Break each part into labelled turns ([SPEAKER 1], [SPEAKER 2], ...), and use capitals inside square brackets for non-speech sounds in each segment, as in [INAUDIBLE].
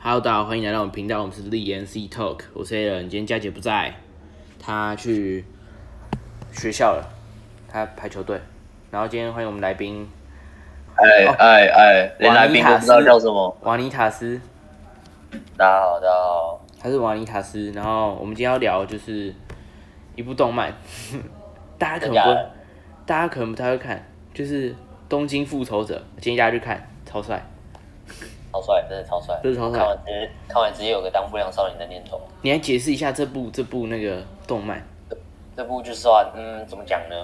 [SPEAKER 1] Hello，大家好，欢迎来到我们频道，我们是立言 C Talk，我是 A 人。今天佳姐不在，她去学校了，她排球队。然后今天欢迎我们来宾
[SPEAKER 2] 哎
[SPEAKER 1] 哦
[SPEAKER 2] 哎哎，连来宾都不知道叫什么。
[SPEAKER 1] 瓦尼塔斯，
[SPEAKER 2] 大家好，大家好。
[SPEAKER 1] 她是瓦尼塔斯。然后我们今天要聊就是一部动漫， [LAUGHS] 大家可能不
[SPEAKER 2] 真假
[SPEAKER 1] 会
[SPEAKER 2] 的，
[SPEAKER 1] 大家可能不太会看，就是《东京复仇者》，建议大家去看，超帅。
[SPEAKER 2] 超帅，真的超帅。
[SPEAKER 1] 真的超帅
[SPEAKER 2] 看完直接看完直接有个当不良少年的念头。
[SPEAKER 1] 你来解释一下这部这部那个动漫，
[SPEAKER 2] 这部就算嗯，怎么讲呢？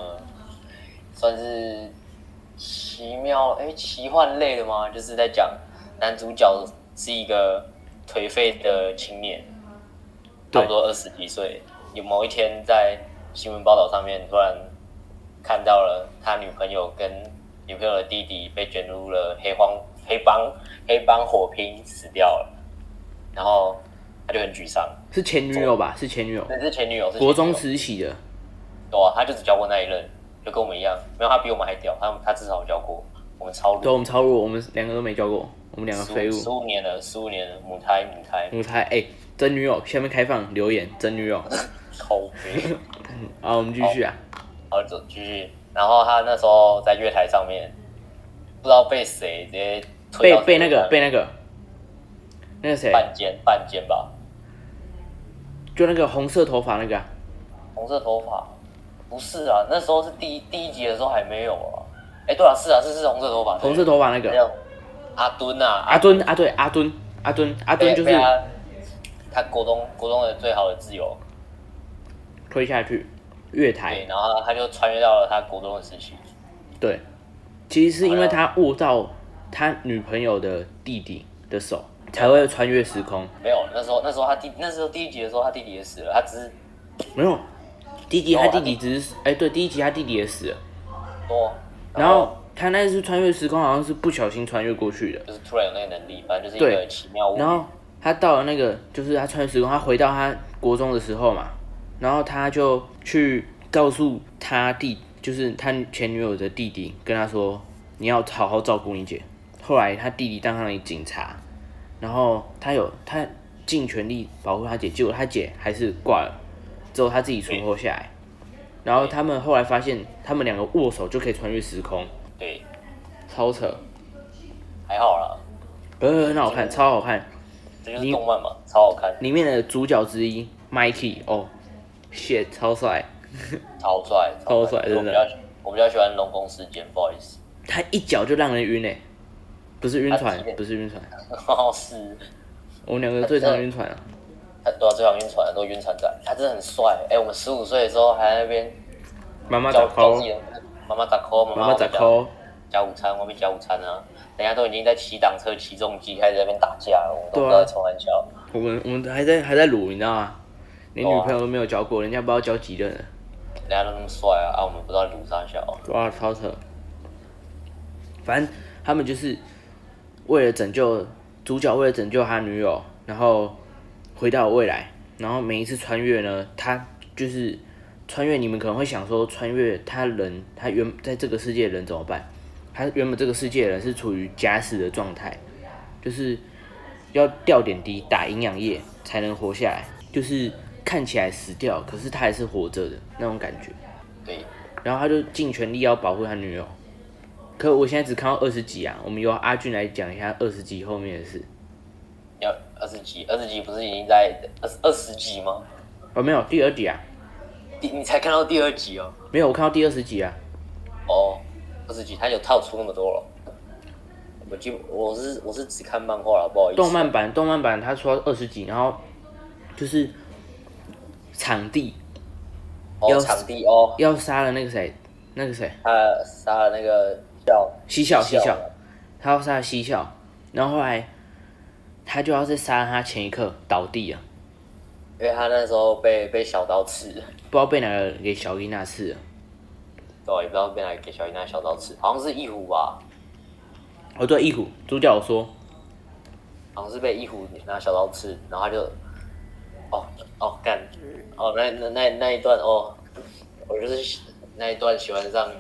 [SPEAKER 2] 算是奇妙哎、奇幻类的吗？就是在讲男主角是一个颓废的青年，差
[SPEAKER 1] 对
[SPEAKER 2] 不多二十几岁。有某一天在新闻报道上面突然看到了他女朋友跟女朋友的弟弟被卷入了黑帮黑帮黑帮火拼死掉了，然后他就很沮丧。
[SPEAKER 1] 是前女友
[SPEAKER 2] 哦
[SPEAKER 1] 吧？是前女友，
[SPEAKER 2] 那是前女友，是前女友
[SPEAKER 1] 国中时期的。
[SPEAKER 2] 对啊，他就只教过那一任，就跟我们一样，没有他比我们还屌，他他至少教过我们超
[SPEAKER 1] 对，
[SPEAKER 2] 多
[SPEAKER 1] 我们超弱，我们两个都没教过，我们两个废
[SPEAKER 2] 十
[SPEAKER 1] 物。
[SPEAKER 2] 五年了，十五年了，母胎母胎
[SPEAKER 1] 我猜，哎、真女友，下面开放留言，真女友。
[SPEAKER 2] 口碑，
[SPEAKER 1] 啊，我们继续啊。
[SPEAKER 2] 好走继续。然后他那时候在月台上面，不知道被谁直接推
[SPEAKER 1] 被
[SPEAKER 2] 到
[SPEAKER 1] 被那个
[SPEAKER 2] 车
[SPEAKER 1] 被那个那个谁，
[SPEAKER 2] 半肩半肩吧，
[SPEAKER 1] 就那个红色头发那个、啊，
[SPEAKER 2] 红色头发，不是啊，那时候是第一第一集的时候还没有啊，哎对啊是啊是是红色头发，
[SPEAKER 1] 红色头发那
[SPEAKER 2] 那
[SPEAKER 1] 个
[SPEAKER 2] 叫阿敦啊，
[SPEAKER 1] 阿敦啊，对阿敦阿敦阿敦
[SPEAKER 2] 对
[SPEAKER 1] 就是
[SPEAKER 2] 被他他国中国中的最好的挚友。
[SPEAKER 1] 推下去月
[SPEAKER 2] 对，
[SPEAKER 1] 台，
[SPEAKER 2] 然后他就穿越到了他国中的时期。
[SPEAKER 1] 对，其实是因为
[SPEAKER 2] 好
[SPEAKER 1] 他握到他女朋友的弟弟的手，才会穿越时空。
[SPEAKER 2] 没有，那时候那时候他弟那时候第一集的时候，他弟弟也死了，他只是
[SPEAKER 1] 没有，弟弟
[SPEAKER 2] 有
[SPEAKER 1] 他
[SPEAKER 2] 啊
[SPEAKER 1] 弟弟只是哎、对，第一集他弟弟也死了，
[SPEAKER 2] 多，
[SPEAKER 1] 然后他那次穿越时空好像是不小心穿越过去的。
[SPEAKER 2] 就是突然有那个能力，反正就是一个
[SPEAKER 1] 对
[SPEAKER 2] 奇妙物语
[SPEAKER 1] 然后他到了那个，就是他穿越时空，他回到他国中的时候嘛，然后他就去告诉他弟，就是他前女友的弟弟，跟他说你要好好照顾你姐。后来他弟弟当上了警察，然后他有他尽全力保护他姐，结果他姐还是挂了，之后他自己存活下来。然后他们后来发现，他们两个握手就可以穿越时空，
[SPEAKER 2] 对，
[SPEAKER 1] 超扯，
[SPEAKER 2] 还好啦，
[SPEAKER 1] 呃，很好看，超好看。
[SPEAKER 2] 这就是动漫嘛，超好看，
[SPEAKER 1] 里面的主角之一 Mikey 哦，shit 超帅，
[SPEAKER 2] 超帅，
[SPEAKER 1] 超帅
[SPEAKER 2] 我
[SPEAKER 1] 真的
[SPEAKER 2] 比较喜我比较喜欢龙宫事件，不好意思， [LAUGHS]
[SPEAKER 1] 他一脚就让人晕哎、不是晕船
[SPEAKER 2] 他是，
[SPEAKER 1] 不是晕船，
[SPEAKER 2] 哦是，
[SPEAKER 1] 我们两个最常晕船了、
[SPEAKER 2] 他对啊，最想晕船的都晕船仔，他真的很帅，哎、我们十五岁的时候还在那边
[SPEAKER 1] 妈妈打
[SPEAKER 2] 教教自
[SPEAKER 1] call，
[SPEAKER 2] 己的妈妈打 call，妈
[SPEAKER 1] 妈妈打
[SPEAKER 2] 回家
[SPEAKER 1] call，
[SPEAKER 2] 加午餐，外面加午餐啊，人家都已经在骑挡车、骑重机，开始在那边打架了，我们都不知
[SPEAKER 1] 对啊
[SPEAKER 2] 道在开玩笑。
[SPEAKER 1] 我们我们还在还在撸，你知道吗？连
[SPEAKER 2] 哦
[SPEAKER 1] 女朋友都没有交过，人家不知道交几任了，
[SPEAKER 2] 人家都那么帅啊，啊，我们不知道鲁啥小，
[SPEAKER 1] 哇，超扯。反正他们就是为了拯救主角，为了拯救他女友，然后回到未来，然后每一次穿越呢，他就是穿越。你们可能会想说，穿越他人，他原在这个世界的人怎么办？他原本这个世界的人是处于假死的状态，就是要吊点滴、打营养液才能活下来，就是看起来死掉，可是他还是活着的那种感觉。
[SPEAKER 2] 对，
[SPEAKER 1] 然后他就尽全力要保护他女友。可我现在只看到二十集啊，我们由阿俊来讲一下二十集后面的事。
[SPEAKER 2] 要二十集，二十集不是已经在二十二十集吗？
[SPEAKER 1] 哦，没有第二集啊，
[SPEAKER 2] 第你才看到第二集哦，
[SPEAKER 1] 没有，我看到第二十集啊。
[SPEAKER 2] 哦，二十集他有套出那么多了，我就我是我是只看漫画了，不好意思。
[SPEAKER 1] 动漫版，动漫版他说二十集，然后就是场地要
[SPEAKER 2] 哦，场地哦，
[SPEAKER 1] 要杀了那个谁，那个谁
[SPEAKER 2] 他杀了那个叫
[SPEAKER 1] 西笑西笑
[SPEAKER 2] 笑，
[SPEAKER 1] 他要杀了西笑，然后后来他就要在杀了他前一刻倒地啊，
[SPEAKER 2] 因为他那时候被被小刀刺 [LAUGHS] 了。
[SPEAKER 1] 不知道被哪个给小伊娜刺了。
[SPEAKER 2] 对，也不知道被哪个给小姨那小刀刺，好像是一虎吧，
[SPEAKER 1] 哦，对，一虎主角有说，
[SPEAKER 2] 好像是被一虎拿小刀刺，然后他就，哦哦干，
[SPEAKER 1] 嗯
[SPEAKER 2] 哦那那那那一段哦，我就是那一段喜欢上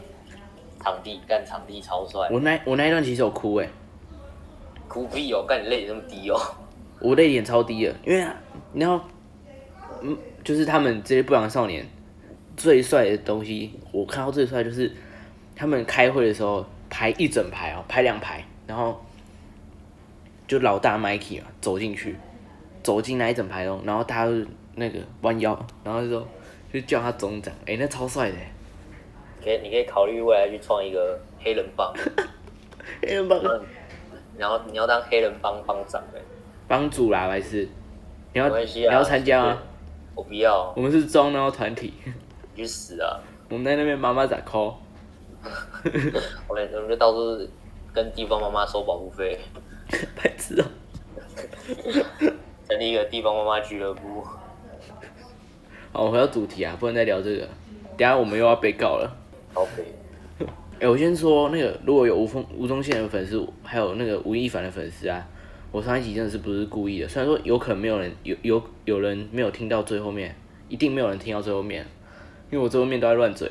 [SPEAKER 2] 场地，干场地超帅，
[SPEAKER 1] 我那我那一段其实有哭哎、
[SPEAKER 2] 哭屁哦，干你泪点那么低哦，
[SPEAKER 1] 我泪点超低的，因为你知道，嗯，就是他们这些不良少年最帅的东西，我看到最帅就是他们开会的时候排一整排哦，排两排，然后就老大 Mikey 嘛走进去，走进那一整排哦，然后大家就那个弯腰，然后就说就叫他总长，哎、那超帅的，
[SPEAKER 2] 可以，你可以考虑未来去创一个黑人帮，
[SPEAKER 1] 黑人帮
[SPEAKER 2] 然后你要当黑人帮帮长哎、
[SPEAKER 1] 帮主啦，还是你要
[SPEAKER 2] 没关
[SPEAKER 1] 你
[SPEAKER 2] 系啊
[SPEAKER 1] 要参加吗？
[SPEAKER 2] 我不要，
[SPEAKER 1] 我们是中然后团体，
[SPEAKER 2] 你去死啊！
[SPEAKER 1] 我们在那边妈妈咋 call？ [LAUGHS]
[SPEAKER 2] 我们我们就到处跟地方妈妈收保护费，
[SPEAKER 1] 白痴哦、
[SPEAKER 2] 成立一个地方妈妈俱乐部。
[SPEAKER 1] 好，我回到主题啊，不能再聊这个，等下我们又要被告了。
[SPEAKER 2] 好肥，
[SPEAKER 1] 哎、我先说那个，如果有吴峰、吴宗宪的粉丝，还有那个吴亦凡的粉丝啊，我上一集真的是不是故意的，虽然说有可能没有人有有有人没有听到最后面，一定没有人听到最后面，因为我最后面都在乱嘴，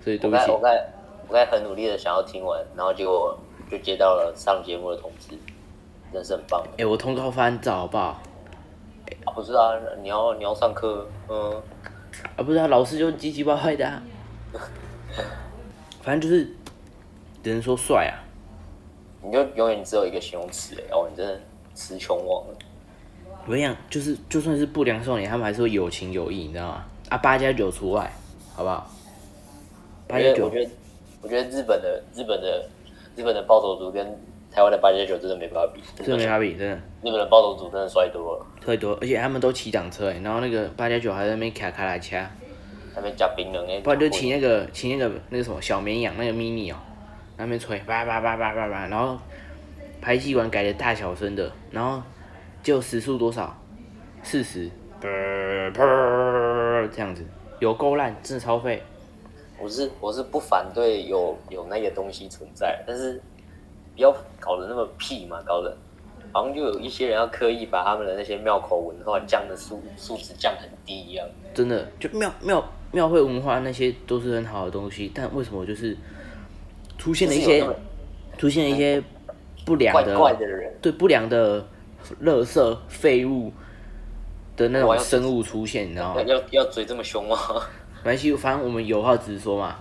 [SPEAKER 1] 所以对不
[SPEAKER 2] 我刚
[SPEAKER 1] 起
[SPEAKER 2] 才我。刚才我刚才很努力的想要听完，然后结果就接到了上节目的通知，真是很棒。欸
[SPEAKER 1] 哎、我通告翻找好不好？
[SPEAKER 2] 啊，不是啊，你要你要上课，嗯，
[SPEAKER 1] 啊，不是啊，老师就唧唧歪歪的、啊，反正就是只能说帅啊。
[SPEAKER 2] 你就永远只有一个形容词哎、哦，你真的词穷王了。
[SPEAKER 1] 我跟你讲，就是就算是不良少年，他们还是会有情有义，你知道吗？啊，八加九除外，好不好？八
[SPEAKER 2] 我
[SPEAKER 1] 加
[SPEAKER 2] 觉得，
[SPEAKER 1] 九
[SPEAKER 2] 我，觉得，我觉得日本的日本的日本的暴走族跟台湾的八加九真的没办法比，
[SPEAKER 1] 这没法比，真的
[SPEAKER 2] 日本的暴走族真的帅多了，
[SPEAKER 1] 特别多，而且他们都骑挡车、欸，然后那个八加九还在那边卡卡拉掐，
[SPEAKER 2] 那边加冰人哎，
[SPEAKER 1] 不然就骑那个骑那个那个什么小绵羊那个 mini 哦、那边吹叭叭叭叭叭叭，然后排气管改的大小声的，然后就时速多少？四十，这样子，有够烂，真的超废。
[SPEAKER 2] 我是我是不反对有有那个东西存在，但是不要搞得那么屁嘛，搞得好像就有一些人要刻意把他们的那些庙口文化降的素素质降很低一样。
[SPEAKER 1] 真的就庙庙庙会文化那些都是很好的东西，但为什么就是出现了一
[SPEAKER 2] 就是
[SPEAKER 1] 些
[SPEAKER 2] 有那么
[SPEAKER 1] 出现了一些不良
[SPEAKER 2] 怪
[SPEAKER 1] 的
[SPEAKER 2] 怪的人
[SPEAKER 1] 对不良的垃圾废物的那
[SPEAKER 2] 我
[SPEAKER 1] 种
[SPEAKER 2] 要
[SPEAKER 1] 生物出现，你知道吗
[SPEAKER 2] 要？要要追这么凶啊吗？
[SPEAKER 1] 没关系，反正我们有话直说嘛。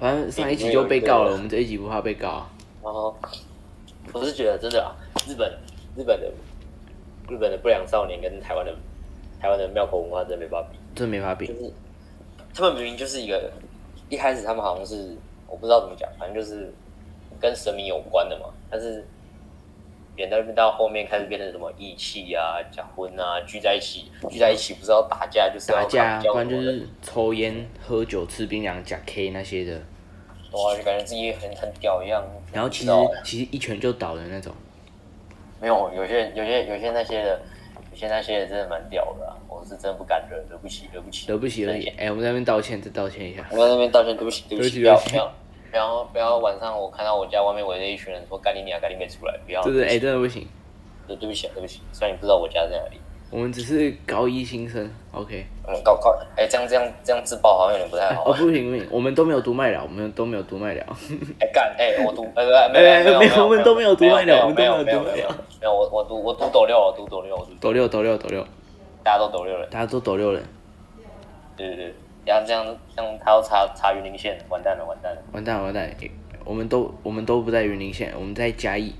[SPEAKER 1] 反正上一集就被告了，我们这一集不怕被告啊。
[SPEAKER 2] [LAUGHS] 然后我是觉得真的啊，日本日本的日本的不良少年跟台湾的台湾的庙口文化真的没办法比，
[SPEAKER 1] 这没法比
[SPEAKER 2] 就。是他们明明就是一个一开始他们好像是我不知道怎么讲，反正就是跟神明有关的嘛，但是演到到后面开始变成什么义气啊、假婚啊，聚在一起聚在一起不是要打架就是要
[SPEAKER 1] 打架，啊
[SPEAKER 2] 搞
[SPEAKER 1] 不然就
[SPEAKER 2] 交流的
[SPEAKER 1] 是抽烟、喝酒、吃槟榔、假 K 那些的。
[SPEAKER 2] 哇，啊就感觉自己很很屌一样。
[SPEAKER 1] 然后其
[SPEAKER 2] 不
[SPEAKER 1] 实
[SPEAKER 2] 知道
[SPEAKER 1] 其实一拳就倒的那种。
[SPEAKER 2] 没有，有些有些有些那些的，有些那些的真的蛮屌的啊、我是真不敢惹，惹不起，惹不起，
[SPEAKER 1] 对不起，对不起，哎、我们在那边道歉，再道歉一下。
[SPEAKER 2] 我在那边道歉，对不起，对不起，不
[SPEAKER 1] 对
[SPEAKER 2] 要
[SPEAKER 1] 不起
[SPEAKER 2] 不要不要不要，晚上我看到我家外面围着一群人说干你娘，赶紧别出来，不要，
[SPEAKER 1] 对对，哎、真的不行，
[SPEAKER 2] 对对不起，对不起，虽然你不知道我家在哪里，
[SPEAKER 1] 我们只是高一新生，OK。
[SPEAKER 2] 嗯，搞搞，哎，这样这样这样自爆好像有点不太好
[SPEAKER 1] 哦，，不行不行，我们都没有读麦了，我们都没有读麦 [LAUGHS] 了。
[SPEAKER 2] 哎干，哎我读，哎哎没有没有，没有没有没有，没有我我读我读抖六，我读抖六，我读
[SPEAKER 1] 抖六抖六抖六，
[SPEAKER 2] 大家都抖六了，
[SPEAKER 1] 大家都抖六了，
[SPEAKER 2] 对对对，然后这样这样他要查查云林县，完蛋了完蛋了。
[SPEAKER 1] 完蛋了完蛋了，哎我们都我们都不在云林县，我们在嘉义，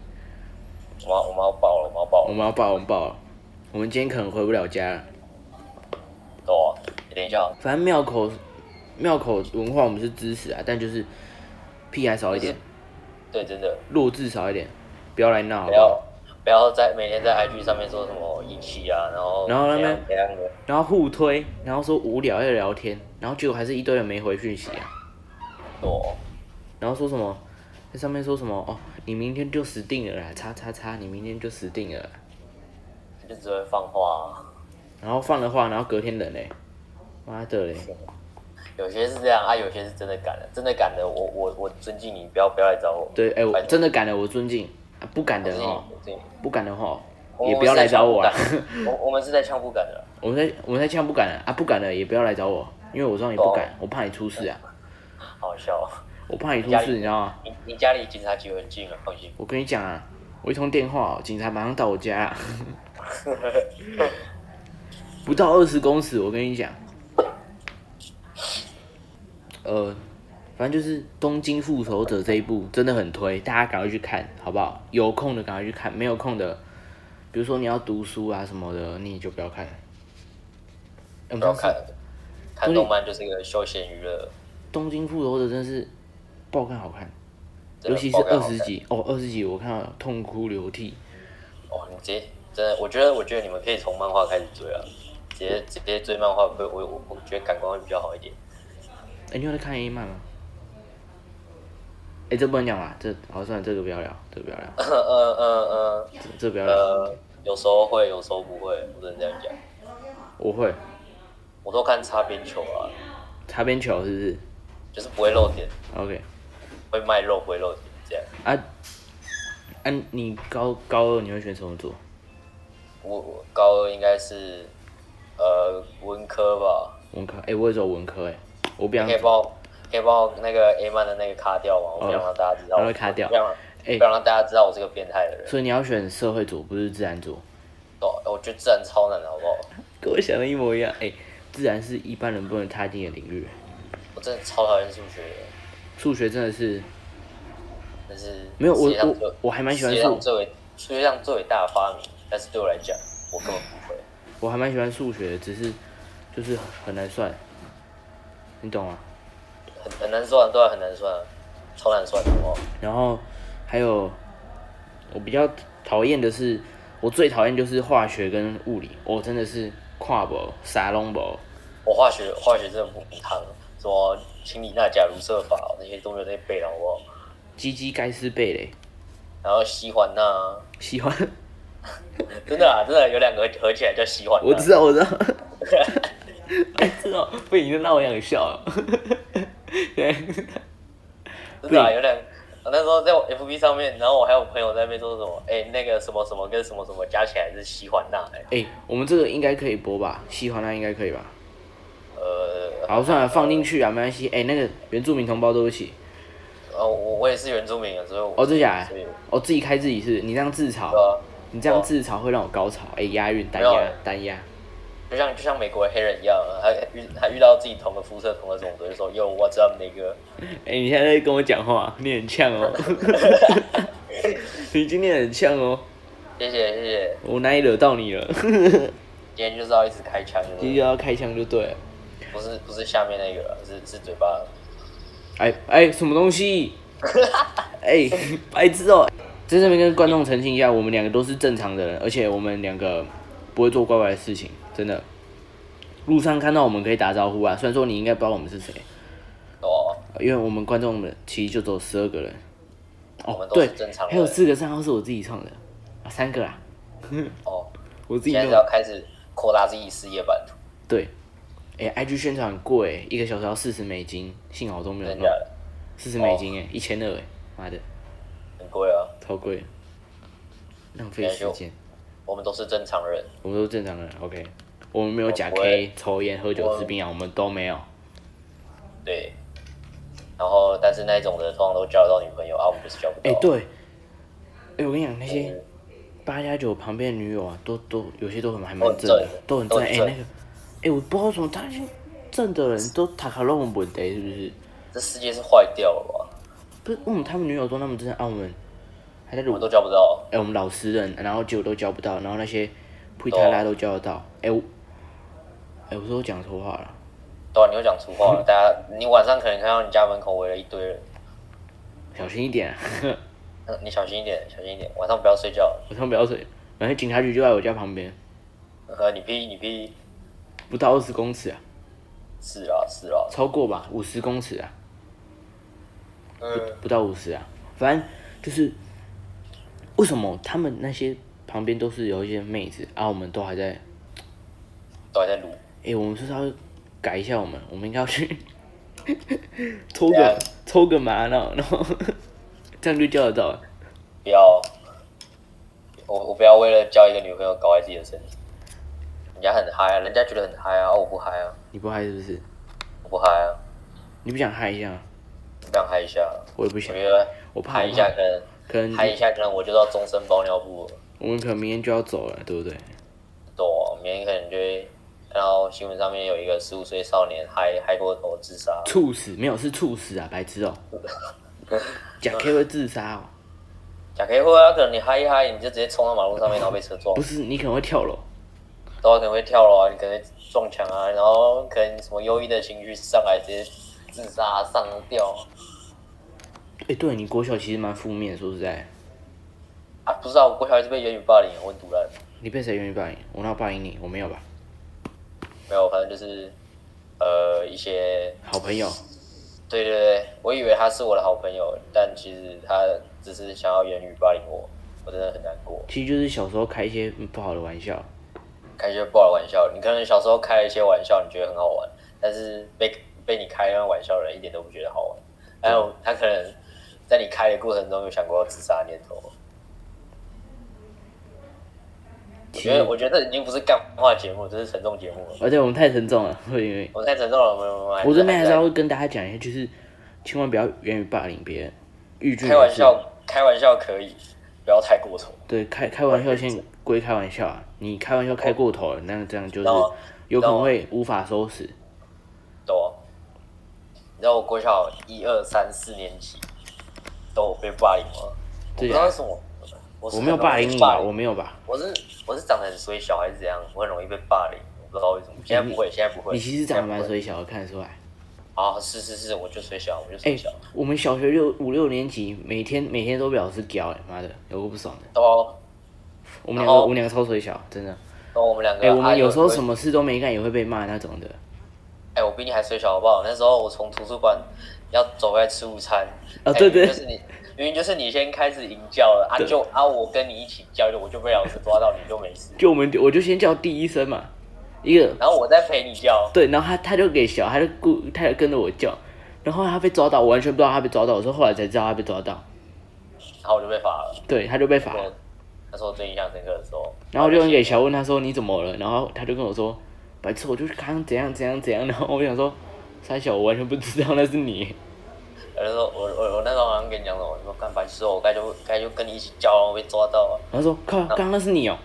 [SPEAKER 2] 我要我们要爆了，我们要爆
[SPEAKER 1] 我
[SPEAKER 2] 了，
[SPEAKER 1] 们要报我们报了，我们今天可能回不了家了。
[SPEAKER 2] 懂啊！等一下，
[SPEAKER 1] 反正庙口庙口文化我们是支持啊，但就是屁还少一点，
[SPEAKER 2] 对，真的
[SPEAKER 1] 弱智少一点，不要来闹好
[SPEAKER 2] 不
[SPEAKER 1] 不好
[SPEAKER 2] 要？不要在每天在 IG 上面说什么义气啊，然后
[SPEAKER 1] 然后那
[SPEAKER 2] 怎样
[SPEAKER 1] 边
[SPEAKER 2] 怎样的，
[SPEAKER 1] 然后互推，然后说无聊要聊天，然后结果还是一堆人没回讯息啊。
[SPEAKER 2] 哦，
[SPEAKER 1] 然后说什么，在上面说什么哦，你明天就死定了啦，叉叉叉，你明天就死定了啦。
[SPEAKER 2] 就只会放话、啊。
[SPEAKER 1] 然后放了话，然后隔天冷嘞，妈的嘞，
[SPEAKER 2] 有些是这样啊，有些是真的敢的，真的敢的，我我我尊敬你，不要不要来找我。
[SPEAKER 1] 对，哎、我
[SPEAKER 2] 拜托
[SPEAKER 1] 真的敢了，我尊敬；啊、不敢的
[SPEAKER 2] 我尊敬
[SPEAKER 1] 哦
[SPEAKER 2] 你，，我尊敬
[SPEAKER 1] 不敢的哦，
[SPEAKER 2] 你。
[SPEAKER 1] 也不要来找我啊
[SPEAKER 2] 了
[SPEAKER 1] 啦。。
[SPEAKER 2] 我我们是在呛不敢的，
[SPEAKER 1] [LAUGHS] 我们在我们在呛不敢了啊，不敢了也不要来找我，因为我知道你不敢，我怕你出事啊，
[SPEAKER 2] 好笑哦。
[SPEAKER 1] 我怕你出
[SPEAKER 2] 家里
[SPEAKER 1] 事，你知道吗？
[SPEAKER 2] 你你家离警察局很近啊，放心。
[SPEAKER 1] 我跟你讲啊，我一通电话、哦，警察马上到我家、啊， [LAUGHS] 不到二十公尺，我跟你讲，呃，反正就是《东京复仇者》这一部真的很推，大家赶快去看，好不好？有空的赶快去看，没有空的，比如说你要读书啊什么的，你就不要看。嗯不
[SPEAKER 2] 不要看了，看动漫就是一个休闲娱乐，
[SPEAKER 1] 东京复仇者》真的是爆看好看，
[SPEAKER 2] 真
[SPEAKER 1] 尤
[SPEAKER 2] 的
[SPEAKER 1] 其是
[SPEAKER 2] 啊爆肝
[SPEAKER 1] 二
[SPEAKER 2] 好
[SPEAKER 1] 十
[SPEAKER 2] 看
[SPEAKER 1] 集哦，二十集我看到痛哭流涕。
[SPEAKER 2] 哦，你直接真的，我觉得我觉得你们可以从漫画开始追啊，直接直接追漫画，我我我觉得感官会比较好一点。
[SPEAKER 1] 哎、你有在看 A 漫吗？哎、这不能讲啦，这好算了，这个不要聊，这个不要聊，
[SPEAKER 2] [COUGHS] 呃呃
[SPEAKER 1] 这这 [COUGHS] 不要
[SPEAKER 2] 呃
[SPEAKER 1] 聊。
[SPEAKER 2] 呃，有时候会，有时候不会，我只能这样讲。
[SPEAKER 1] 我会
[SPEAKER 2] 我都看擦边球啊，
[SPEAKER 1] 擦边球是不是
[SPEAKER 2] 就是不会漏点，
[SPEAKER 1] ？OK，
[SPEAKER 2] 会卖肉不会漏点这样。
[SPEAKER 1] 啊啊，你高高二你会选什么组？
[SPEAKER 2] 我我高二应该是呃文科吧，
[SPEAKER 1] 文科？哎、我也走文科哎、我不想
[SPEAKER 2] 可以帮我可以帮我那个 A 曼的那个卡掉吗？我不想让大家知道
[SPEAKER 1] 哦
[SPEAKER 2] 我，
[SPEAKER 1] 他会卡掉
[SPEAKER 2] 不想
[SPEAKER 1] 哎
[SPEAKER 2] 不想让大家知道我是个变态的人。
[SPEAKER 1] 所以你要选社会组，不是自然组。
[SPEAKER 2] 哦，我觉得自然超难的，好不好？
[SPEAKER 1] 跟我想的一模一样。哎、自然是一般人不能踏进的领域，
[SPEAKER 2] 我真的超讨厌数学的。
[SPEAKER 1] 数学真的是
[SPEAKER 2] 但是
[SPEAKER 1] 没有我
[SPEAKER 2] 世界上
[SPEAKER 1] 我
[SPEAKER 2] 最
[SPEAKER 1] 我还蛮喜欢
[SPEAKER 2] 世界上
[SPEAKER 1] 数
[SPEAKER 2] 最伟世界上最伟大的发明，但是对我来讲，我根本不会。
[SPEAKER 1] 我还蛮喜欢数学的，只是就是很难算，你懂吗？
[SPEAKER 2] 很很难算，对啊，很难算啊，超难算的哦。
[SPEAKER 1] 然后还有我比较讨厌的是，我最讨厌就是化学跟物理，我真的是跨博傻龙博。
[SPEAKER 2] 我化学化学真的不不烫，什么氢锂钠钾卢瑟法哦那些都没有在背了，好不好？
[SPEAKER 1] 鸡鸡该是贝雷，
[SPEAKER 2] 然后烯环钠，
[SPEAKER 1] 喜
[SPEAKER 2] [LAUGHS]
[SPEAKER 1] 欢，[LAUGHS]
[SPEAKER 2] 真的啊，真的有两个合起来叫烯环钠。
[SPEAKER 1] 我知道，我
[SPEAKER 2] [LAUGHS]
[SPEAKER 1] 知道，哎，知道，不行，那我想笑了。对，
[SPEAKER 2] 真的啊，有两。我那时候在我 FB 上面，然后我还有朋友在那边说什么，哎、那个什么什么跟什么什么加起来是烯环钠，哎，
[SPEAKER 1] 哎、我们这个应该可以播吧？喜欢那应该可以吧？
[SPEAKER 2] 呃，
[SPEAKER 1] 好，算了，放进去啊，没关系。哎、那个原住民同胞，对不起，
[SPEAKER 2] 呃，我我也是原住民啊，所以我
[SPEAKER 1] 哦，真假
[SPEAKER 2] 所以
[SPEAKER 1] 的？我、自己开自己是，你这样自嘲
[SPEAKER 2] 对，啊，
[SPEAKER 1] 你这样自嘲会让我高潮。哎、押韵，单
[SPEAKER 2] 没有
[SPEAKER 1] 押
[SPEAKER 2] 啊，
[SPEAKER 1] 单押。
[SPEAKER 2] 就像就像美国的黑人一样，他遇他遇到自己同个肤色、同个种族，就说 “Yo, what's up, nigga？”
[SPEAKER 1] 哎、你现在在跟我讲话，你很呛哦。 [LAUGHS] 你今天很呛哦，
[SPEAKER 2] 谢谢谢谢，
[SPEAKER 1] 我哪里惹到你
[SPEAKER 2] [LAUGHS]
[SPEAKER 1] 了？
[SPEAKER 2] 今天就是要一直开枪，
[SPEAKER 1] 今天
[SPEAKER 2] 就是
[SPEAKER 1] 就要开枪就对了。
[SPEAKER 2] 不是不是下面那个，是是嘴巴。
[SPEAKER 1] 哎、哎、什么东
[SPEAKER 2] [LAUGHS]
[SPEAKER 1] 西？哎、白痴哦、在这边跟观众澄清一下，我们两个都是正常的人，而且我们两个不会做怪怪的事情，真的。路上看到我们可以打招呼啊，虽然说你应该不知道我们是谁，
[SPEAKER 2] 哦，
[SPEAKER 1] 因为我们观众们其实就只有十二个人。
[SPEAKER 2] 我
[SPEAKER 1] 哦
[SPEAKER 2] 们，都
[SPEAKER 1] 对
[SPEAKER 2] 是正常人
[SPEAKER 1] 还有四个账号是我自己创的，啊，三个啦，
[SPEAKER 2] 哦，
[SPEAKER 1] 我自己
[SPEAKER 2] 现在
[SPEAKER 1] 弄
[SPEAKER 2] 是
[SPEAKER 1] 的
[SPEAKER 2] 要。开始扩大自己事业版图，
[SPEAKER 1] 对，哎、i g 宣传很贵、一个小时要四十美金，幸好我都没有
[SPEAKER 2] 真
[SPEAKER 1] 弄
[SPEAKER 2] 的假，哦的？
[SPEAKER 1] 四十美金哎、一千二哎，妈的，
[SPEAKER 2] 很贵啊，
[SPEAKER 1] 超贵，浪费
[SPEAKER 2] 那
[SPEAKER 1] 时
[SPEAKER 2] 就
[SPEAKER 1] 间。
[SPEAKER 2] 我们都是正常人，
[SPEAKER 1] 我们都正常人，OK，我们没有假
[SPEAKER 2] 哦我不会
[SPEAKER 1] K、抽烟、喝酒、
[SPEAKER 2] 我
[SPEAKER 1] 治病啊，我们都没有。
[SPEAKER 2] 对。然后，但是那种人通常都交得到女朋友啊，我们就是交不到。
[SPEAKER 1] 哎、对，哎、我跟你讲，那些
[SPEAKER 2] 嗯
[SPEAKER 1] 八加九旁边的女友啊，都都有些都很还蛮
[SPEAKER 2] 都很
[SPEAKER 1] 正的
[SPEAKER 2] 正，
[SPEAKER 1] 都很
[SPEAKER 2] 都
[SPEAKER 1] 正。
[SPEAKER 2] 很
[SPEAKER 1] 哎、
[SPEAKER 2] 正
[SPEAKER 1] 那个，哎、我不知道为什么他那些正的人都塔卡弄稳的，是不是？
[SPEAKER 2] 这世界是坏掉了吧？
[SPEAKER 1] 不是，为什么他们女友都那么正？澳门还在
[SPEAKER 2] 我
[SPEAKER 1] 鲁
[SPEAKER 2] 们都交不到。
[SPEAKER 1] 哎、我们老实人，然后结果都交不到，然后那些普
[SPEAKER 2] 哦
[SPEAKER 1] 塔拉都交得到。哎、我，哎、我说我讲错话了，
[SPEAKER 2] 对啊，你又讲粗
[SPEAKER 1] [LAUGHS]
[SPEAKER 2] 话了。大家，你晚上可能看到你家门口围了一堆人，
[SPEAKER 1] 小心一点、啊， [LAUGHS]
[SPEAKER 2] 嗯你小心一点，小心一点，晚上不要睡觉。
[SPEAKER 1] 我上不了水。反正警察局就在我家旁边，
[SPEAKER 2] 呃，你屁，你屁，
[SPEAKER 1] 不到二十公尺啊，
[SPEAKER 2] 是啦，是啊啦，
[SPEAKER 1] 超过吧，五十公尺啊，
[SPEAKER 2] 嗯，
[SPEAKER 1] 不到五十啊。反正就是为什么他们那些旁边都是有一些妹子啊，我们都还在，
[SPEAKER 2] 都还在撸。
[SPEAKER 1] 哎、我们是不是要改一下我们？我们应该要
[SPEAKER 2] [LAUGHS]
[SPEAKER 1] 去抽
[SPEAKER 2] 对啊
[SPEAKER 1] 个抽个麻呢，然后 [LAUGHS] 这样就叫得到了。
[SPEAKER 2] 不要，我我不要为了交一个女朋友搞坏自己的身体。人家很嗨啊，人家觉得很嗨啊，啊我不嗨啊，
[SPEAKER 1] 你不嗨是不是？
[SPEAKER 2] 我不嗨啊，
[SPEAKER 1] 你不想嗨一下吗？
[SPEAKER 2] 我不想嗨一下。啊
[SPEAKER 1] 我也不
[SPEAKER 2] 我
[SPEAKER 1] 想，
[SPEAKER 2] 觉得
[SPEAKER 1] 我怕
[SPEAKER 2] 嗨一下可能
[SPEAKER 1] 可能
[SPEAKER 2] 嗨一下可能我就要终身包尿布了。
[SPEAKER 1] 我们可能明天就要走了，对不对？
[SPEAKER 2] 面，可能就会看到新闻上面有一个十五岁少年嗨嗨过头自杀，
[SPEAKER 1] 猝死没有是猝死啊，白痴
[SPEAKER 2] [LAUGHS]
[SPEAKER 1] 哦、贾 K 会自杀哦、
[SPEAKER 2] 假 K 会啊，可能你嗨一嗨，你就直接冲到马路上面，然后被车撞
[SPEAKER 1] 不，是你可能会跳楼，
[SPEAKER 2] 然后可能会跳楼啊，你可能会撞墙啊，然后可能什么忧郁的情绪上来，直接自杀上吊
[SPEAKER 1] 哎、对你国小其实蛮负面的，说实在，
[SPEAKER 2] 啊，不知道、我国小一直被言语霸凌，我很毒烂，
[SPEAKER 1] 你被谁愿意霸凌？我哪有霸凌你？我没有吧？
[SPEAKER 2] 没有，反正就是呃一些
[SPEAKER 1] 好朋友，
[SPEAKER 2] 对对对，我以为他是我的好朋友，但其实他只是想要言语霸凌我，我真的很难过。
[SPEAKER 1] 其实就是小时候开一些不好的玩笑，
[SPEAKER 2] 开一些不好的玩笑，你可能小时候开了一些玩笑，你觉得很好玩，但是被被你开那个玩笑的人一点都不觉得好玩。还有他可能在你开的过程中有想过要自杀念头。我觉得，我觉得这已经不是干话节目，这是沉重节目了。
[SPEAKER 1] 而且我们太沉重了，会因为
[SPEAKER 2] 我太沉重了，没有没有没有。
[SPEAKER 1] 我这边还是
[SPEAKER 2] 在
[SPEAKER 1] 要跟大家讲一下，就是千万不要言语霸凌别人，欲拒
[SPEAKER 2] 开玩笑，开玩笑可以，不要太过头。
[SPEAKER 1] 对，开开玩笑先归开玩笑啊，你开玩笑开过头了，那这样就是
[SPEAKER 2] 然后
[SPEAKER 1] 有可能会无法收拾。
[SPEAKER 2] 多。你知道我国小一二三四年级都有被霸凌吗？我不
[SPEAKER 1] 对
[SPEAKER 2] 知
[SPEAKER 1] 啊
[SPEAKER 2] 道为什么，我啊是
[SPEAKER 1] 我没有
[SPEAKER 2] 很容易
[SPEAKER 1] 霸凌
[SPEAKER 2] 被
[SPEAKER 1] 你啊
[SPEAKER 2] 霸
[SPEAKER 1] 吧？我没有吧？
[SPEAKER 2] 我是我是长得很衰小还是怎样？我很容易被霸凌，我不知道为什么。现在不会，现在不会。
[SPEAKER 1] 你其实长得蛮
[SPEAKER 2] 现在
[SPEAKER 1] 水小的，看得出来。
[SPEAKER 2] 不会。啊，是是是，我就衰小，我就
[SPEAKER 1] 哎、
[SPEAKER 2] 衰小。
[SPEAKER 1] 我们小学六五六年级，每天每天都被老师教、哎妈的，有个不爽的。
[SPEAKER 2] 然后
[SPEAKER 1] 我们两
[SPEAKER 2] 然
[SPEAKER 1] 个
[SPEAKER 2] 后
[SPEAKER 1] 我们两个超水小，真的。
[SPEAKER 2] 然后我们两个，
[SPEAKER 1] 哎、我
[SPEAKER 2] 啊
[SPEAKER 1] 们有时候什
[SPEAKER 2] 有
[SPEAKER 1] 么事都没干也会被骂那种的。
[SPEAKER 2] 哎、我比你还衰小好不好？那时候我从图书馆要走回来吃午餐，
[SPEAKER 1] 啊
[SPEAKER 2] 哎
[SPEAKER 1] 对对
[SPEAKER 2] 明明就是你，明明就是你先开始营教了啊
[SPEAKER 1] 对
[SPEAKER 2] 就啊我跟你一起教的，我就被老师抓到，你就没事。
[SPEAKER 1] 就我们我就先叫第一声嘛，一个
[SPEAKER 2] 然后我再陪你叫，
[SPEAKER 1] 对，然后他他就给小，他就顾他就跟着我叫，然后他被抓到，我完全不知道他被抓到，我是后来才知道他被抓到，
[SPEAKER 2] 然后我就被罚了。
[SPEAKER 1] 对，他就被罚了。
[SPEAKER 2] 我那时候最印象深刻的时候，
[SPEAKER 1] 然后我就问给小问他说你怎么了，然后他就跟我说，白痴，我就是刚刚怎样怎样怎样，然后我想说，傻小，我完全不知道那是你，
[SPEAKER 2] 我就说，我我我那时候好像跟你讲什么，我说干白痴哦，我该就该就跟你一起叫，然后被抓到啊了，
[SPEAKER 1] 然后说靠，刚刚那是你哦、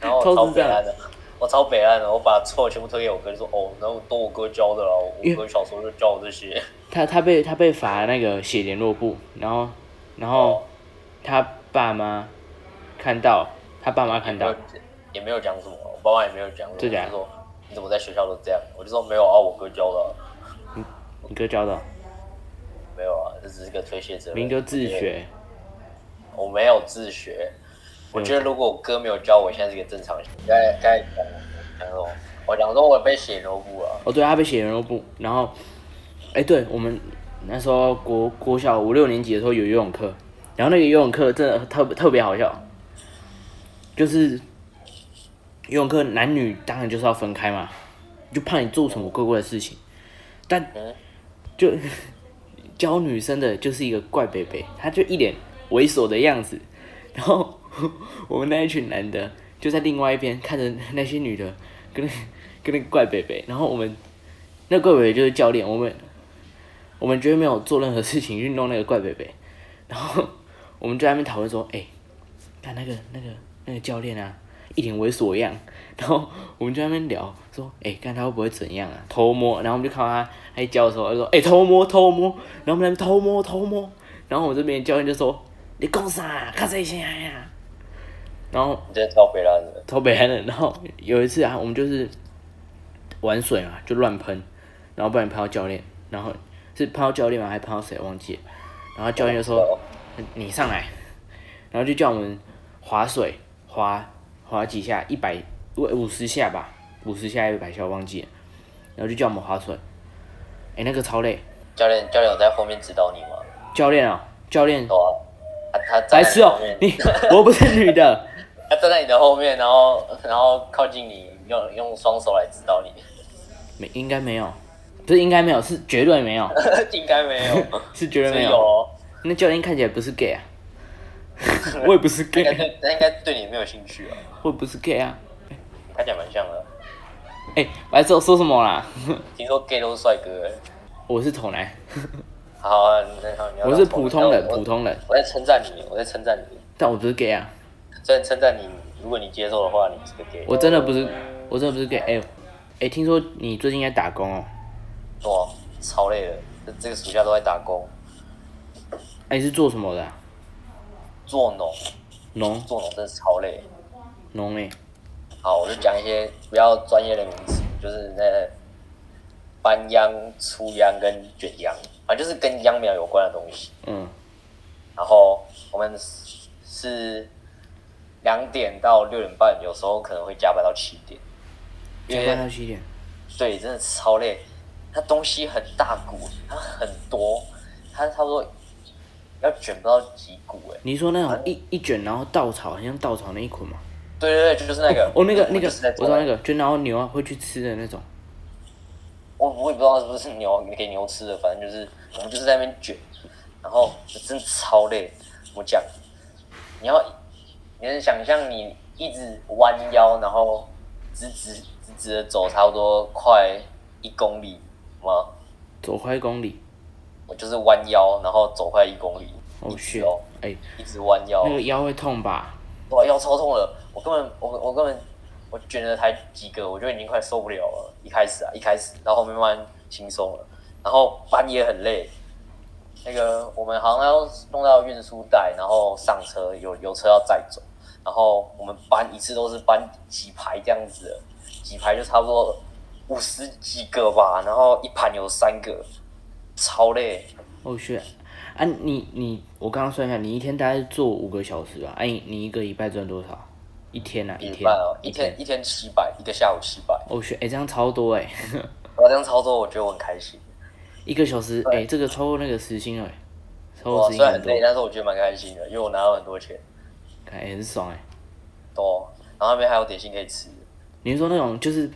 [SPEAKER 2] 然后我
[SPEAKER 1] 超
[SPEAKER 2] 超
[SPEAKER 1] 智障
[SPEAKER 2] 北烂的，我超北烂的，我把错全部推给我哥，就说哦，然后都我哥教的啦，啊我哥小时候就教我这些，
[SPEAKER 1] 他他被他被罚那个写联络簿，然后然
[SPEAKER 2] 哦
[SPEAKER 1] 后，他爸妈看到，他爸妈看
[SPEAKER 2] 也没
[SPEAKER 1] 到
[SPEAKER 2] 有，也没有讲什么，我爸妈也没有讲什么，
[SPEAKER 1] 真
[SPEAKER 2] 就
[SPEAKER 1] 假
[SPEAKER 2] 说你怎么在学校都这样，我就说没有啊，我哥教的啊，
[SPEAKER 1] 你哥教的，
[SPEAKER 2] 没有啊，这只是个推卸责任，
[SPEAKER 1] 明哥自学，
[SPEAKER 2] 我没有自学，我觉得如果我哥没有教我，我现在是个正常人。该该讲讲什么？我讲说我被血啊都不了，
[SPEAKER 1] 哦，对，他被写人肉部，然后，哎，对我们那时候国国小五六年级的时候有游泳课，然后那个游泳课真的特特别好笑，就是游泳课男女当然就是要分开嘛，就怕你做什么怪怪的事情，但
[SPEAKER 2] 嗯
[SPEAKER 1] 就 [LAUGHS] 教女生的就是一个怪北北，他就一脸猥琐的样子，然后 [LAUGHS] 我们那一群男的就在另外一边看着那些女的跟那跟那个怪北北，然后我们那怪北北就是教练，我们我们绝对没有做任何事情去弄那个怪北北，然后我们就在那边讨论说，哎、看那个那个那个教练啊，一脸猥琐样，然后我们就在那边聊说，哎、看他会不会怎样啊，偷摸，然后我们就看到他他一教的时候，他就说，哎、偷摸偷摸，然后我们在那边偷摸偷摸，然后我这边教练就说，你干啥？看谁先来呀？然后
[SPEAKER 2] 你真的超北烂的。
[SPEAKER 1] 超北岸的。然后有一次啊，我们就是玩水嘛，就乱喷，然后不然喷到教练，然后是喷到教练吗？还喷到谁？忘记了。然后教练就说：“你上来。”然后就叫我们划水，划划几下，一百五五十下吧，五十下一百下，我忘记了。然后就叫我们划水，哎、那个超累。
[SPEAKER 2] 教练教练有在后面指导你吗？
[SPEAKER 1] 教练啊、教练，
[SPEAKER 2] 有啊，他他
[SPEAKER 1] 白
[SPEAKER 2] 站在
[SPEAKER 1] 痴
[SPEAKER 2] 你
[SPEAKER 1] 哦、
[SPEAKER 2] 后面，
[SPEAKER 1] 你我不是女的。
[SPEAKER 2] 他站在你的后面，然后然后靠近你，用用双手来指导你， [LAUGHS]
[SPEAKER 1] 没，应该没有，不是应该没有，是绝对没有，
[SPEAKER 2] 应该没
[SPEAKER 1] [LAUGHS]
[SPEAKER 2] 有，
[SPEAKER 1] 是绝对
[SPEAKER 2] 是
[SPEAKER 1] 没有。
[SPEAKER 2] 有。哦
[SPEAKER 1] 那教练看起来不是 gay 啊， [LAUGHS] 我也不是
[SPEAKER 2] 应该
[SPEAKER 1] gay，
[SPEAKER 2] [LAUGHS] 对，他应该对你没有兴趣啊，
[SPEAKER 1] 我也不是 gay 啊。
[SPEAKER 2] 看起来蛮像的。
[SPEAKER 1] 哎、白痴，我说什么啦？
[SPEAKER 2] 听说 gay 都是帅哥、欸，
[SPEAKER 1] 我是丑男，
[SPEAKER 2] 好、啊，你你要
[SPEAKER 1] 我是普通人，普
[SPEAKER 2] 我
[SPEAKER 1] 通人，
[SPEAKER 2] 我在称赞你，我在称赞你。
[SPEAKER 1] 但我不是 gay 啊。
[SPEAKER 2] 虽然称赞你如果你接受的话，你是个 gay。
[SPEAKER 1] 我真的不是，我真的不是 gay。哎、哎，听说你最近在打工哦？
[SPEAKER 2] 哇，超累的，这这个暑假都在打工，
[SPEAKER 1] 哎、你是做什么的、啊？
[SPEAKER 2] 做农，
[SPEAKER 1] 农
[SPEAKER 2] 做农真的是超累。
[SPEAKER 1] 农哎，
[SPEAKER 2] 好，我就讲一些比较专业的名词，就是那个翻秧、粗秧跟卷秧，反正就是跟秧苗有关的东西。
[SPEAKER 1] 嗯，
[SPEAKER 2] 然后我们是是两点到六点半，有时候可能会加班到七点，因
[SPEAKER 1] 加班
[SPEAKER 2] 为
[SPEAKER 1] 到七点。
[SPEAKER 2] 对，真的超累。它东西很大股，它很多，它差不多要卷不到几股哎、
[SPEAKER 1] 你说那种一一卷，然后稻草，很像稻草那一捆嘛？
[SPEAKER 2] 对对对，就是那个。
[SPEAKER 1] 哦，那个那
[SPEAKER 2] 就
[SPEAKER 1] 个，
[SPEAKER 2] 是在
[SPEAKER 1] 我
[SPEAKER 2] 做
[SPEAKER 1] 知道那个，就然后牛啊会去吃的那种。
[SPEAKER 2] 我哦我也不知道是不是牛给牛吃的，反正就是我们就是在那边卷，然后真的超累。我讲，你要你能想象你一直弯腰，然后直直直直的走，差不多快一公里吗？
[SPEAKER 1] 走快一公里。
[SPEAKER 2] 我就是弯腰，然后走快一公里，
[SPEAKER 1] 哦
[SPEAKER 2] 一直
[SPEAKER 1] 去
[SPEAKER 2] 哦，，
[SPEAKER 1] 哎、
[SPEAKER 2] 一直弯腰，
[SPEAKER 1] 那个腰会痛吧？
[SPEAKER 2] 哇，腰啊超痛了，我根本我我根本我卷了才几个，我就已经快受不了了。一开始啊，一开始，然后后面慢慢轻松了，然后搬也很累。那个我们好像要弄到运输带，然后上车有有车要载走，然后我们搬一次都是搬几排这样子的，几排就差不多五十几个吧，然后一盘有三个，超累。
[SPEAKER 1] 哦去，啊你你，我刚刚算一下，你一天大概做五个小时吧？哎、你你一个礼拜赚多少？一天啊，一
[SPEAKER 2] 一
[SPEAKER 1] 天
[SPEAKER 2] 半。哦，一天一天七百，一个下午七百，
[SPEAKER 1] 哦去，哎、这样超多哎、
[SPEAKER 2] 我这样操作，我觉得我很开心。
[SPEAKER 1] 一个小时，哎、这个超过那个时薪了、哎超
[SPEAKER 2] 哇，
[SPEAKER 1] 过时
[SPEAKER 2] 啊虽
[SPEAKER 1] 薪
[SPEAKER 2] 然
[SPEAKER 1] 很
[SPEAKER 2] 很
[SPEAKER 1] 多
[SPEAKER 2] 累，，但是我觉得蛮开心的，因为我拿到很多钱，
[SPEAKER 1] 看、哎很爽哎、
[SPEAKER 2] 多，然后那边还有点心可以吃。
[SPEAKER 1] 你是说那种就是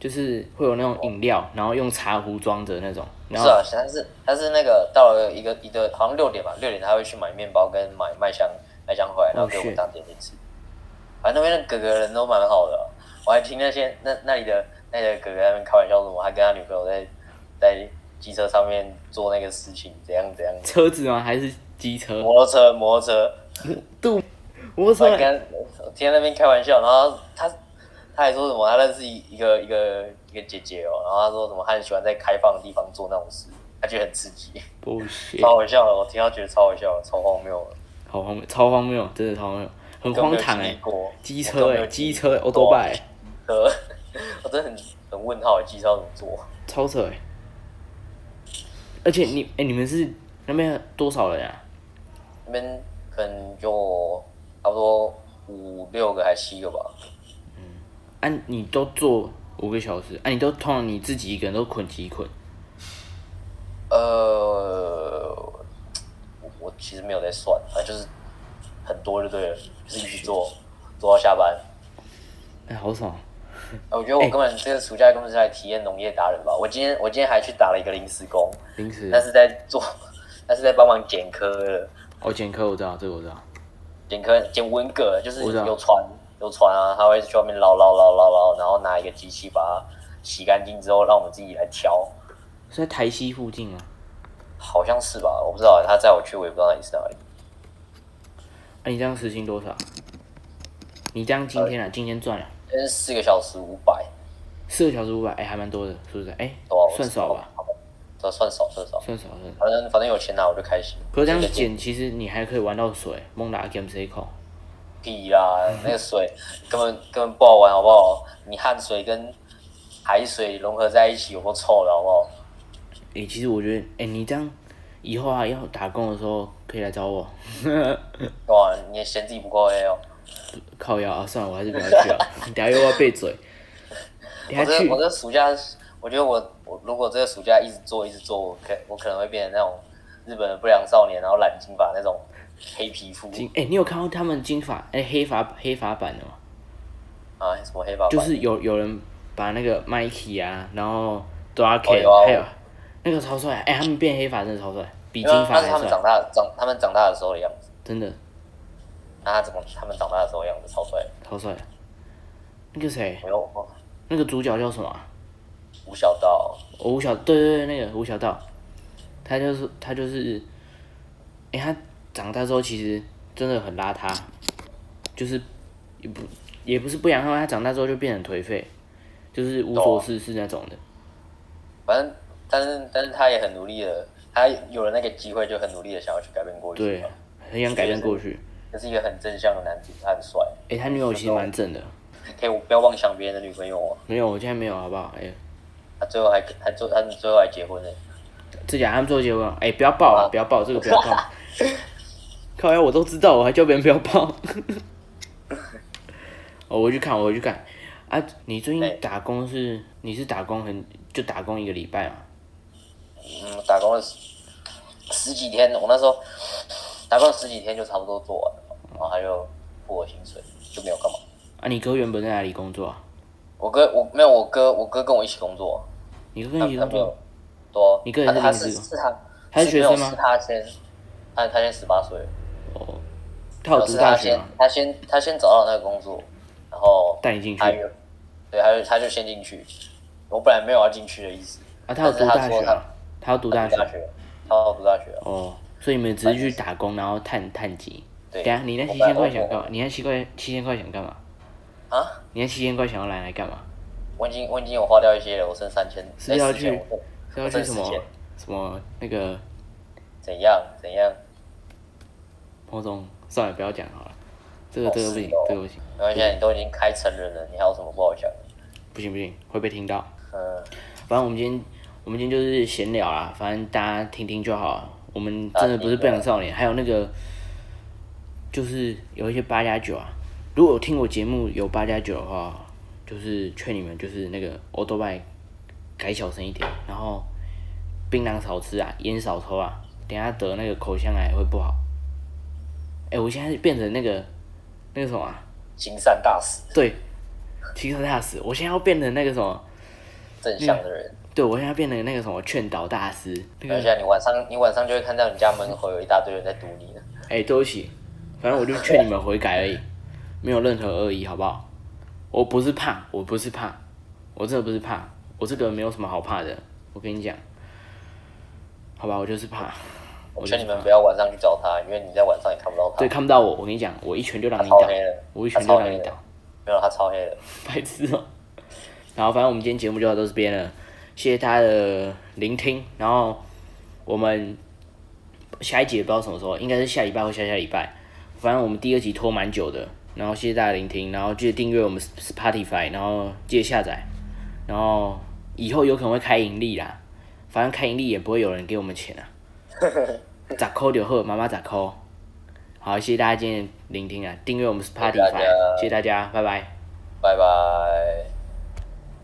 [SPEAKER 1] 就是会有那种饮料，然后用茶壶装着那种，
[SPEAKER 2] 不
[SPEAKER 1] 然
[SPEAKER 2] 是
[SPEAKER 1] 后
[SPEAKER 2] 啊，但是但是那个到了一个一个好像六点吧，六点他会去买面包跟买麦香麦香回来，然后给我
[SPEAKER 1] shit
[SPEAKER 2] 们当点心吃。反正那边的哥哥人都蛮好的啊、我还听那些那那里的那里的哥哥在那边开玩笑说，我还跟他女朋友在在机车上面做那个事情，怎样 [LAUGHS] 怎样，
[SPEAKER 1] 车子吗？还是机车？
[SPEAKER 2] 摩托车摩托车。
[SPEAKER 1] 度，我
[SPEAKER 2] 我
[SPEAKER 1] 说
[SPEAKER 2] 还跟我听那边开玩笑，然后他他还说什么，他认识一个一个一个姐姐哦，然后他说什么他很喜欢在开放的地方做那种事，他觉得很刺激，
[SPEAKER 1] 不屑，
[SPEAKER 2] 超好笑的，我听到觉得超好笑的，超荒谬的，
[SPEAKER 1] 好荒谬，超荒谬，真的超荒谬，很
[SPEAKER 2] 根本
[SPEAKER 1] 荒
[SPEAKER 2] 没有
[SPEAKER 1] 唐
[SPEAKER 2] 经
[SPEAKER 1] 哎、
[SPEAKER 2] 历过
[SPEAKER 1] 机
[SPEAKER 2] 我
[SPEAKER 1] 车
[SPEAKER 2] 根
[SPEAKER 1] 哎、
[SPEAKER 2] 本没有经历
[SPEAKER 1] 机车
[SPEAKER 2] 过
[SPEAKER 1] 欧多拜、
[SPEAKER 2] 呃， [LAUGHS] 我真的很很问号，机车要怎么做？
[SPEAKER 1] 超扯哎、而且你哎、你们是那边多少人啊？
[SPEAKER 2] 那边可能就差不多五六个还七个吧，
[SPEAKER 1] 啊，你都坐五个小时，啊，你都通常你自己一个人都捆几捆？
[SPEAKER 2] 呃，我我其实没有在算，反正就是很多就对了，就是一直做做到下班。
[SPEAKER 1] 哎、好爽！
[SPEAKER 2] 我觉得我
[SPEAKER 1] 哎
[SPEAKER 2] 根本这个暑假根本是来体验农业达人吧。我今天我今天还去打了一个临时工，
[SPEAKER 1] 零食
[SPEAKER 2] 那是在做，那是在帮忙剪科的，
[SPEAKER 1] 哦，剪科我知道，这个我知道。
[SPEAKER 2] 剪科剪文蛤，就是
[SPEAKER 1] 我知道
[SPEAKER 2] 有船有船啊，他会去外面捞捞捞捞捞，然后拿一个机器把它洗干净之后，让我们自己来挑，
[SPEAKER 1] 是在台西附近吗？啊
[SPEAKER 2] 好像是吧？我不知道，他载我去，我也不知道哪里是哪里。
[SPEAKER 1] 啊，你这样时薪多少？你这样今天啊，今天赚了
[SPEAKER 2] 但是四个小时五百，
[SPEAKER 1] 四个小时五百，哎，还蛮多的，是不是？哎、
[SPEAKER 2] 多啊少？
[SPEAKER 1] 算少吧，
[SPEAKER 2] 这算少算少，
[SPEAKER 1] 算少算少。
[SPEAKER 2] 反正反正有钱拿我就开心。
[SPEAKER 1] 可是这样
[SPEAKER 2] 就
[SPEAKER 1] 剪，
[SPEAKER 2] 剪
[SPEAKER 1] 其实你还可以玩到水，蒙达 Game C 口。
[SPEAKER 2] 屁啦，啊那个水根本根本不好玩，好不好？你汗水跟海水融合在一起，有够臭的，好不好？
[SPEAKER 1] 哎、其实我觉得，哎、你这样以后啊，要打工的时候可以来找我。
[SPEAKER 2] 哇，你也嫌自己不够黑哦？
[SPEAKER 1] 靠腰啊，算了，我还是不要去了，等下又要被嘴。等
[SPEAKER 2] 我
[SPEAKER 1] 下
[SPEAKER 2] 这
[SPEAKER 1] 去
[SPEAKER 2] 我，这暑假，我觉得我我如果这个暑假一直做一直做，我可我可能会变成那种日本的不良少年，然后染金发那种黑皮肤
[SPEAKER 1] 金哎、你有看到他们金发哎、黑发黑发版的吗？
[SPEAKER 2] 啊，什么黑发
[SPEAKER 1] 就
[SPEAKER 2] 版，
[SPEAKER 1] 是有有人把那个 Mikey 啊，然后 d r a k
[SPEAKER 2] 有啊
[SPEAKER 1] 还有那个超帅，哎、他们变黑发真的超帅，比
[SPEAKER 2] 因
[SPEAKER 1] 金
[SPEAKER 2] 为
[SPEAKER 1] 发
[SPEAKER 2] 啊那是他
[SPEAKER 1] 还
[SPEAKER 2] 们
[SPEAKER 1] 帅
[SPEAKER 2] 长，大长他们长大的时候的样子，
[SPEAKER 1] 真的
[SPEAKER 2] 那他怎么他们长大的时候的样子超帅？
[SPEAKER 1] 超帅。那个谁，
[SPEAKER 2] 没有哦
[SPEAKER 1] 那个主角叫什么啊、
[SPEAKER 2] 吴小道，
[SPEAKER 1] 哦吴小对对对，那个吴小道，他就是他就是，哎、他长大之后其实真的很邋遢，就是也不也不是不良少年，他长大之后就变成颓废，就是无所事事那种的。
[SPEAKER 2] 反正，但是但是他也很努力的，他有了那个机会就很努力的想要去改变过去。
[SPEAKER 1] 对，很想改变过去。
[SPEAKER 2] 这是一个很正向的男子，他很帅。
[SPEAKER 1] 哎、他女友其实蛮正的。
[SPEAKER 2] 可以不要妄想别人的女朋友哦。
[SPEAKER 1] 没有，我现在没有，好不好？哎、
[SPEAKER 2] 他最后还还最他最后还结婚了，
[SPEAKER 1] 这假他们做结婚了，哎、不要报啊，
[SPEAKER 2] 好
[SPEAKER 1] 不要报，这个不要报。 [LAUGHS] 靠哎呀，我都知道，我还叫别人不要报。 [LAUGHS] 哦，我去看，我去看。啊，你最
[SPEAKER 2] 哎
[SPEAKER 1] 近打工是？你是打工很就打工一个礼拜嘛？
[SPEAKER 2] 嗯，打工了十十几天，我那时候打工了十几天就差不多做完了嘛，然后他就付我薪水，就没有干嘛。
[SPEAKER 1] 啊，你哥原本在哪里工作啊？
[SPEAKER 2] 我哥我没有我哥我哥跟我一起工作，
[SPEAKER 1] 你哥
[SPEAKER 2] 他
[SPEAKER 1] 跟你
[SPEAKER 2] 他
[SPEAKER 1] 工
[SPEAKER 2] 没有
[SPEAKER 1] 作？，
[SPEAKER 2] 对啊
[SPEAKER 1] 你哥也是
[SPEAKER 2] 他他
[SPEAKER 1] 临
[SPEAKER 2] 是
[SPEAKER 1] 时工
[SPEAKER 2] 是他
[SPEAKER 1] 他是学生
[SPEAKER 2] 没有
[SPEAKER 1] 吗
[SPEAKER 2] 是他先他他先十八岁，
[SPEAKER 1] 哦，他有读
[SPEAKER 2] 是
[SPEAKER 1] 大
[SPEAKER 2] 他
[SPEAKER 1] 学
[SPEAKER 2] 先
[SPEAKER 1] 吗？
[SPEAKER 2] 他先他先找到那个工作，然后
[SPEAKER 1] 带你进去
[SPEAKER 2] 他有对他就他就先进去，我本来没有要进去的意思，
[SPEAKER 1] 啊，他有读大
[SPEAKER 2] 但是
[SPEAKER 1] 学
[SPEAKER 2] 他说
[SPEAKER 1] 啊，他要读
[SPEAKER 2] 他
[SPEAKER 1] 大
[SPEAKER 2] 读大
[SPEAKER 1] 学
[SPEAKER 2] 学，他读大学啊，
[SPEAKER 1] 哦，所以你们只是去打工，然后探探级。
[SPEAKER 2] 对，
[SPEAKER 1] 等一下，你那
[SPEAKER 2] 我
[SPEAKER 1] 七
[SPEAKER 2] 本来
[SPEAKER 1] 千块想
[SPEAKER 2] 我
[SPEAKER 1] 干嘛？你那七块七千块想干嘛？
[SPEAKER 2] 啊？
[SPEAKER 1] 你那七千块想要拿来干嘛？
[SPEAKER 2] 我已经我已经有花掉一些了，我剩三千，
[SPEAKER 1] 是要
[SPEAKER 2] 哎4000
[SPEAKER 1] 去
[SPEAKER 2] 我
[SPEAKER 1] 是要去什么
[SPEAKER 2] 我真是
[SPEAKER 1] 什么那个
[SPEAKER 2] 怎样怎样？
[SPEAKER 1] 某种？算了，不要讲好了，这个
[SPEAKER 2] 哦
[SPEAKER 1] 这个不行
[SPEAKER 2] 是哦，
[SPEAKER 1] 这个不行，
[SPEAKER 2] 没关系啊，你都已经开成人了，你还有什么不好讲的？
[SPEAKER 1] 不行不行，会被听到。
[SPEAKER 2] 嗯，
[SPEAKER 1] 反正我们今天我们今天就是闲聊啦，反正大家听听就好。我们真的不是不良少年，还有那个就是有一些八加九啊，如果有听我节目有八加九的话，就是劝你们就是那个 o d o b i 改小声一点，然后槟榔少吃啊，烟少抽啊，等一下得那个口腔癌会不好。哎、我现在变成那个那个什么啊、
[SPEAKER 2] 行善大使，
[SPEAKER 1] 对，其实大死，我现在要变成那个什么。
[SPEAKER 2] 正向的人。
[SPEAKER 1] 对，我现在变成那个什么劝导大师，那
[SPEAKER 2] 没
[SPEAKER 1] 个
[SPEAKER 2] 关系啊，你晚上你晚上就会看到你家门口有一大堆人在堵你了。
[SPEAKER 1] 哎、对不起，反正我就劝你们悔改而已，没有任何恶意，好不好？我不是怕，我不是怕，我真的不是怕，我这个没有什么好怕的，我跟你讲，好吧，我就是怕，
[SPEAKER 2] 我
[SPEAKER 1] 我
[SPEAKER 2] 劝
[SPEAKER 1] 就
[SPEAKER 2] 你
[SPEAKER 1] 是
[SPEAKER 2] 们不要晚上去找他，因为你在晚上也看不到他
[SPEAKER 1] 对，。看不到我，我跟你讲，我一拳就让你
[SPEAKER 2] 他
[SPEAKER 1] 倒
[SPEAKER 2] 超黑了，
[SPEAKER 1] 我一拳就让你
[SPEAKER 2] 他超黑
[SPEAKER 1] 倒
[SPEAKER 2] 了，没有，他超黑了。
[SPEAKER 1] [LAUGHS] 白痴哦、然后反正我们今天节目就到这边了，谢谢大家的聆听，然后我们下一集也不知道什么时候，应该是下礼拜或下下礼拜，反正我们第二集拖蛮久的，然后谢谢大家聆听，然后记得订阅我们 Spotify，然后记得下载，然后以后有可能会开盈利啦，反正开盈利也不会有人给我们
[SPEAKER 2] [LAUGHS]
[SPEAKER 1] 钱啊，咋扣就好，妈妈咋扣。好，谢谢大家今天的聆听啊！订阅我们
[SPEAKER 2] 谢谢大
[SPEAKER 1] Spotify，
[SPEAKER 2] 家
[SPEAKER 1] 谢谢大家，拜拜。
[SPEAKER 2] 拜拜。